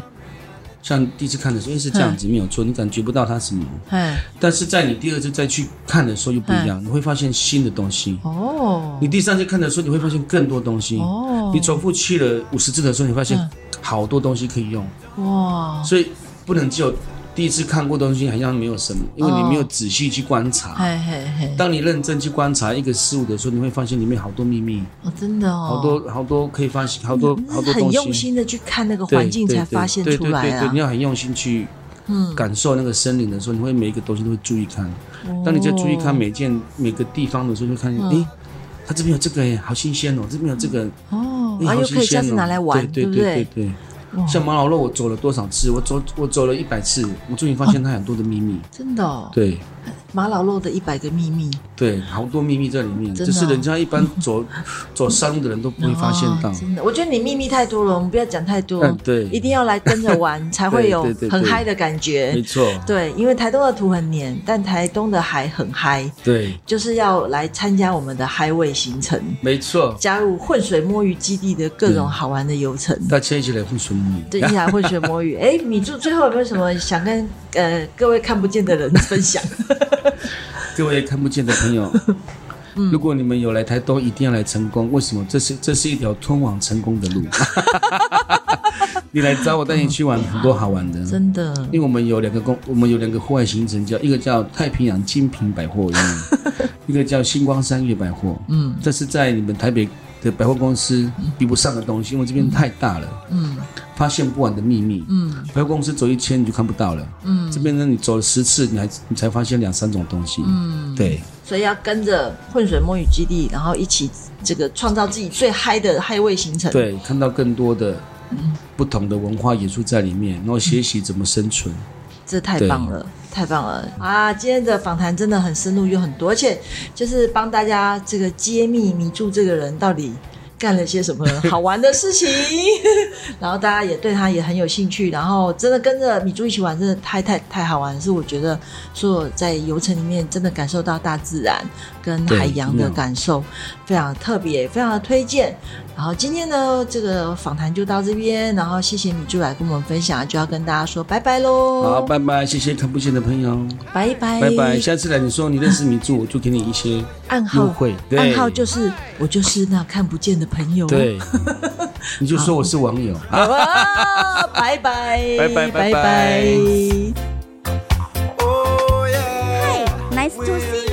Speaker 1: 像第一次看的时候，因为是这样子没有错，你感觉不到它什么，
Speaker 2: 嘿，
Speaker 1: 但是在你第二次再去看的时候又不一样，你会发现新的东西。
Speaker 2: 嗯哦
Speaker 1: 你，第三次看的时候，你会发现更多东西。
Speaker 2: 哦
Speaker 1: 你重复去了五十次的时候，你发现
Speaker 2: 嗯哦
Speaker 1: 好多东西可以用，
Speaker 2: 哇，
Speaker 1: 所以不能只有第一次看过东西，好像没有什么，因为你没有仔细去观察。
Speaker 2: 嘿嘿嘿，
Speaker 1: 当你认真去观察一个事物的时候，你会发现里面好多秘密，
Speaker 2: 哦，真的哦，
Speaker 1: 好多好多可以发现，好多好多
Speaker 2: 很
Speaker 1: 东
Speaker 2: 用
Speaker 1: 西。
Speaker 2: 心的去看那个
Speaker 1: 对
Speaker 2: 环境，
Speaker 1: 对
Speaker 2: 才
Speaker 1: 对
Speaker 2: 发现出来
Speaker 1: 对对对对，你
Speaker 2: 啊。嗯
Speaker 1: 要很用心去感受那个森林的时候，你会每一个东西都会注意看。
Speaker 2: 哦
Speaker 1: 当你在注意看每件每个地方的时候，就看
Speaker 2: 嗯
Speaker 1: 见诶，它这边有这个耶，好新鲜哦！这边有这个，
Speaker 2: 哦，
Speaker 1: 诶好
Speaker 2: 啊，又
Speaker 1: 新
Speaker 2: 可以
Speaker 1: 鲜
Speaker 2: 下
Speaker 1: 哦！
Speaker 2: 次拿来玩，
Speaker 1: 对
Speaker 2: 不
Speaker 1: 对对
Speaker 2: 对？
Speaker 1: 对对。像马老肉，我走了多少次？我走我走了一百次，我终于发现
Speaker 2: 哦
Speaker 1: 它很多的秘密。
Speaker 2: 真的哦，
Speaker 1: 对
Speaker 2: 马老肉的一百个秘密，
Speaker 1: 对，好多秘密在里面，
Speaker 2: 真的哦
Speaker 1: 只是人家一般
Speaker 2: *laughs*
Speaker 1: 走走山路的人都不会发现到
Speaker 2: 哦。真的，我觉得你秘密太多了，我们不要讲太多
Speaker 1: 嗯，，对，
Speaker 2: 一定要来跟
Speaker 1: *laughs*
Speaker 2: 着玩，才会有
Speaker 1: 对对对
Speaker 2: 很
Speaker 1: 对
Speaker 2: 嗨的感
Speaker 1: 没
Speaker 2: 觉。
Speaker 1: 错，
Speaker 2: 对，因为台东的土很黏，但台东的海很嗨，
Speaker 1: 对，
Speaker 2: 就是要来参加我们的嗨味行程，
Speaker 1: 没错，
Speaker 2: 加入浑水摸鱼基地的各种好玩的游程。
Speaker 1: 大家一起来互相母语。
Speaker 2: 对，一起来混血摸 *laughs* 鱼。哎，米柱最后有没有什么想跟呃各位看不见的人分享？
Speaker 1: 各位看不见的朋友，
Speaker 2: 嗯
Speaker 1: 如果你们有来台东，一定要来成功。为什么？这是这是一条通往成功的路。 *laughs* 你来找我，带你去
Speaker 2: *laughs*
Speaker 1: 玩很多好玩的。
Speaker 2: *laughs* 啊真的，哦
Speaker 1: 因为我们有两个公，我们有两个户外行程叫，一个叫太平洋精品百货， *laughs* 一个叫星光三月百货。嗯，这是在你们台北的百货公司比不上的东西，因为这边太大了。
Speaker 2: 嗯
Speaker 1: 发现不完的秘密。
Speaker 2: 嗯，
Speaker 1: 百货公司走一圈你就看不到了。嗯，这边呢，你走了十次，你还你才发现两三种东西。嗯，对，
Speaker 2: 所以要跟着混水摸鱼基地，然后一起这个创造自己最嗨的嗨味行程。，
Speaker 1: 对，看到更多的不同的文化元素在里面，然后学习怎么生存。
Speaker 2: 这太棒了，太棒了啊！今天的访谈真的很深入又很多，而且就是帮大家这个揭秘米柱这个人到底。干了些什么好玩的事情， *laughs* 然后大家也对他也很有兴趣，然后真的跟着米珠一起玩，真的太太太好玩了，是我觉得所有在游程里面真的感受到大自然跟
Speaker 1: 对
Speaker 2: 海洋的
Speaker 1: 嗯
Speaker 2: 感受，非常特别，非常的推荐。然后今天呢，这个访谈就到这边，然后谢谢米珠来跟我们分享，就要跟大家说拜拜喽，
Speaker 1: 好，拜拜，谢谢看不见的朋友，
Speaker 2: 拜拜
Speaker 1: 拜拜。下次来你说你认识米柱，我就给你一些
Speaker 2: 暗
Speaker 1: 优
Speaker 2: 号
Speaker 1: 惠。对，
Speaker 2: 暗号就是我就是那看不见的朋友。
Speaker 1: 对， *laughs* 你就说我是网友啊。
Speaker 2: 好啊，拜拜，
Speaker 1: 拜拜
Speaker 2: 拜
Speaker 1: 拜
Speaker 2: 拜。
Speaker 1: 拜
Speaker 3: Hi, nice to see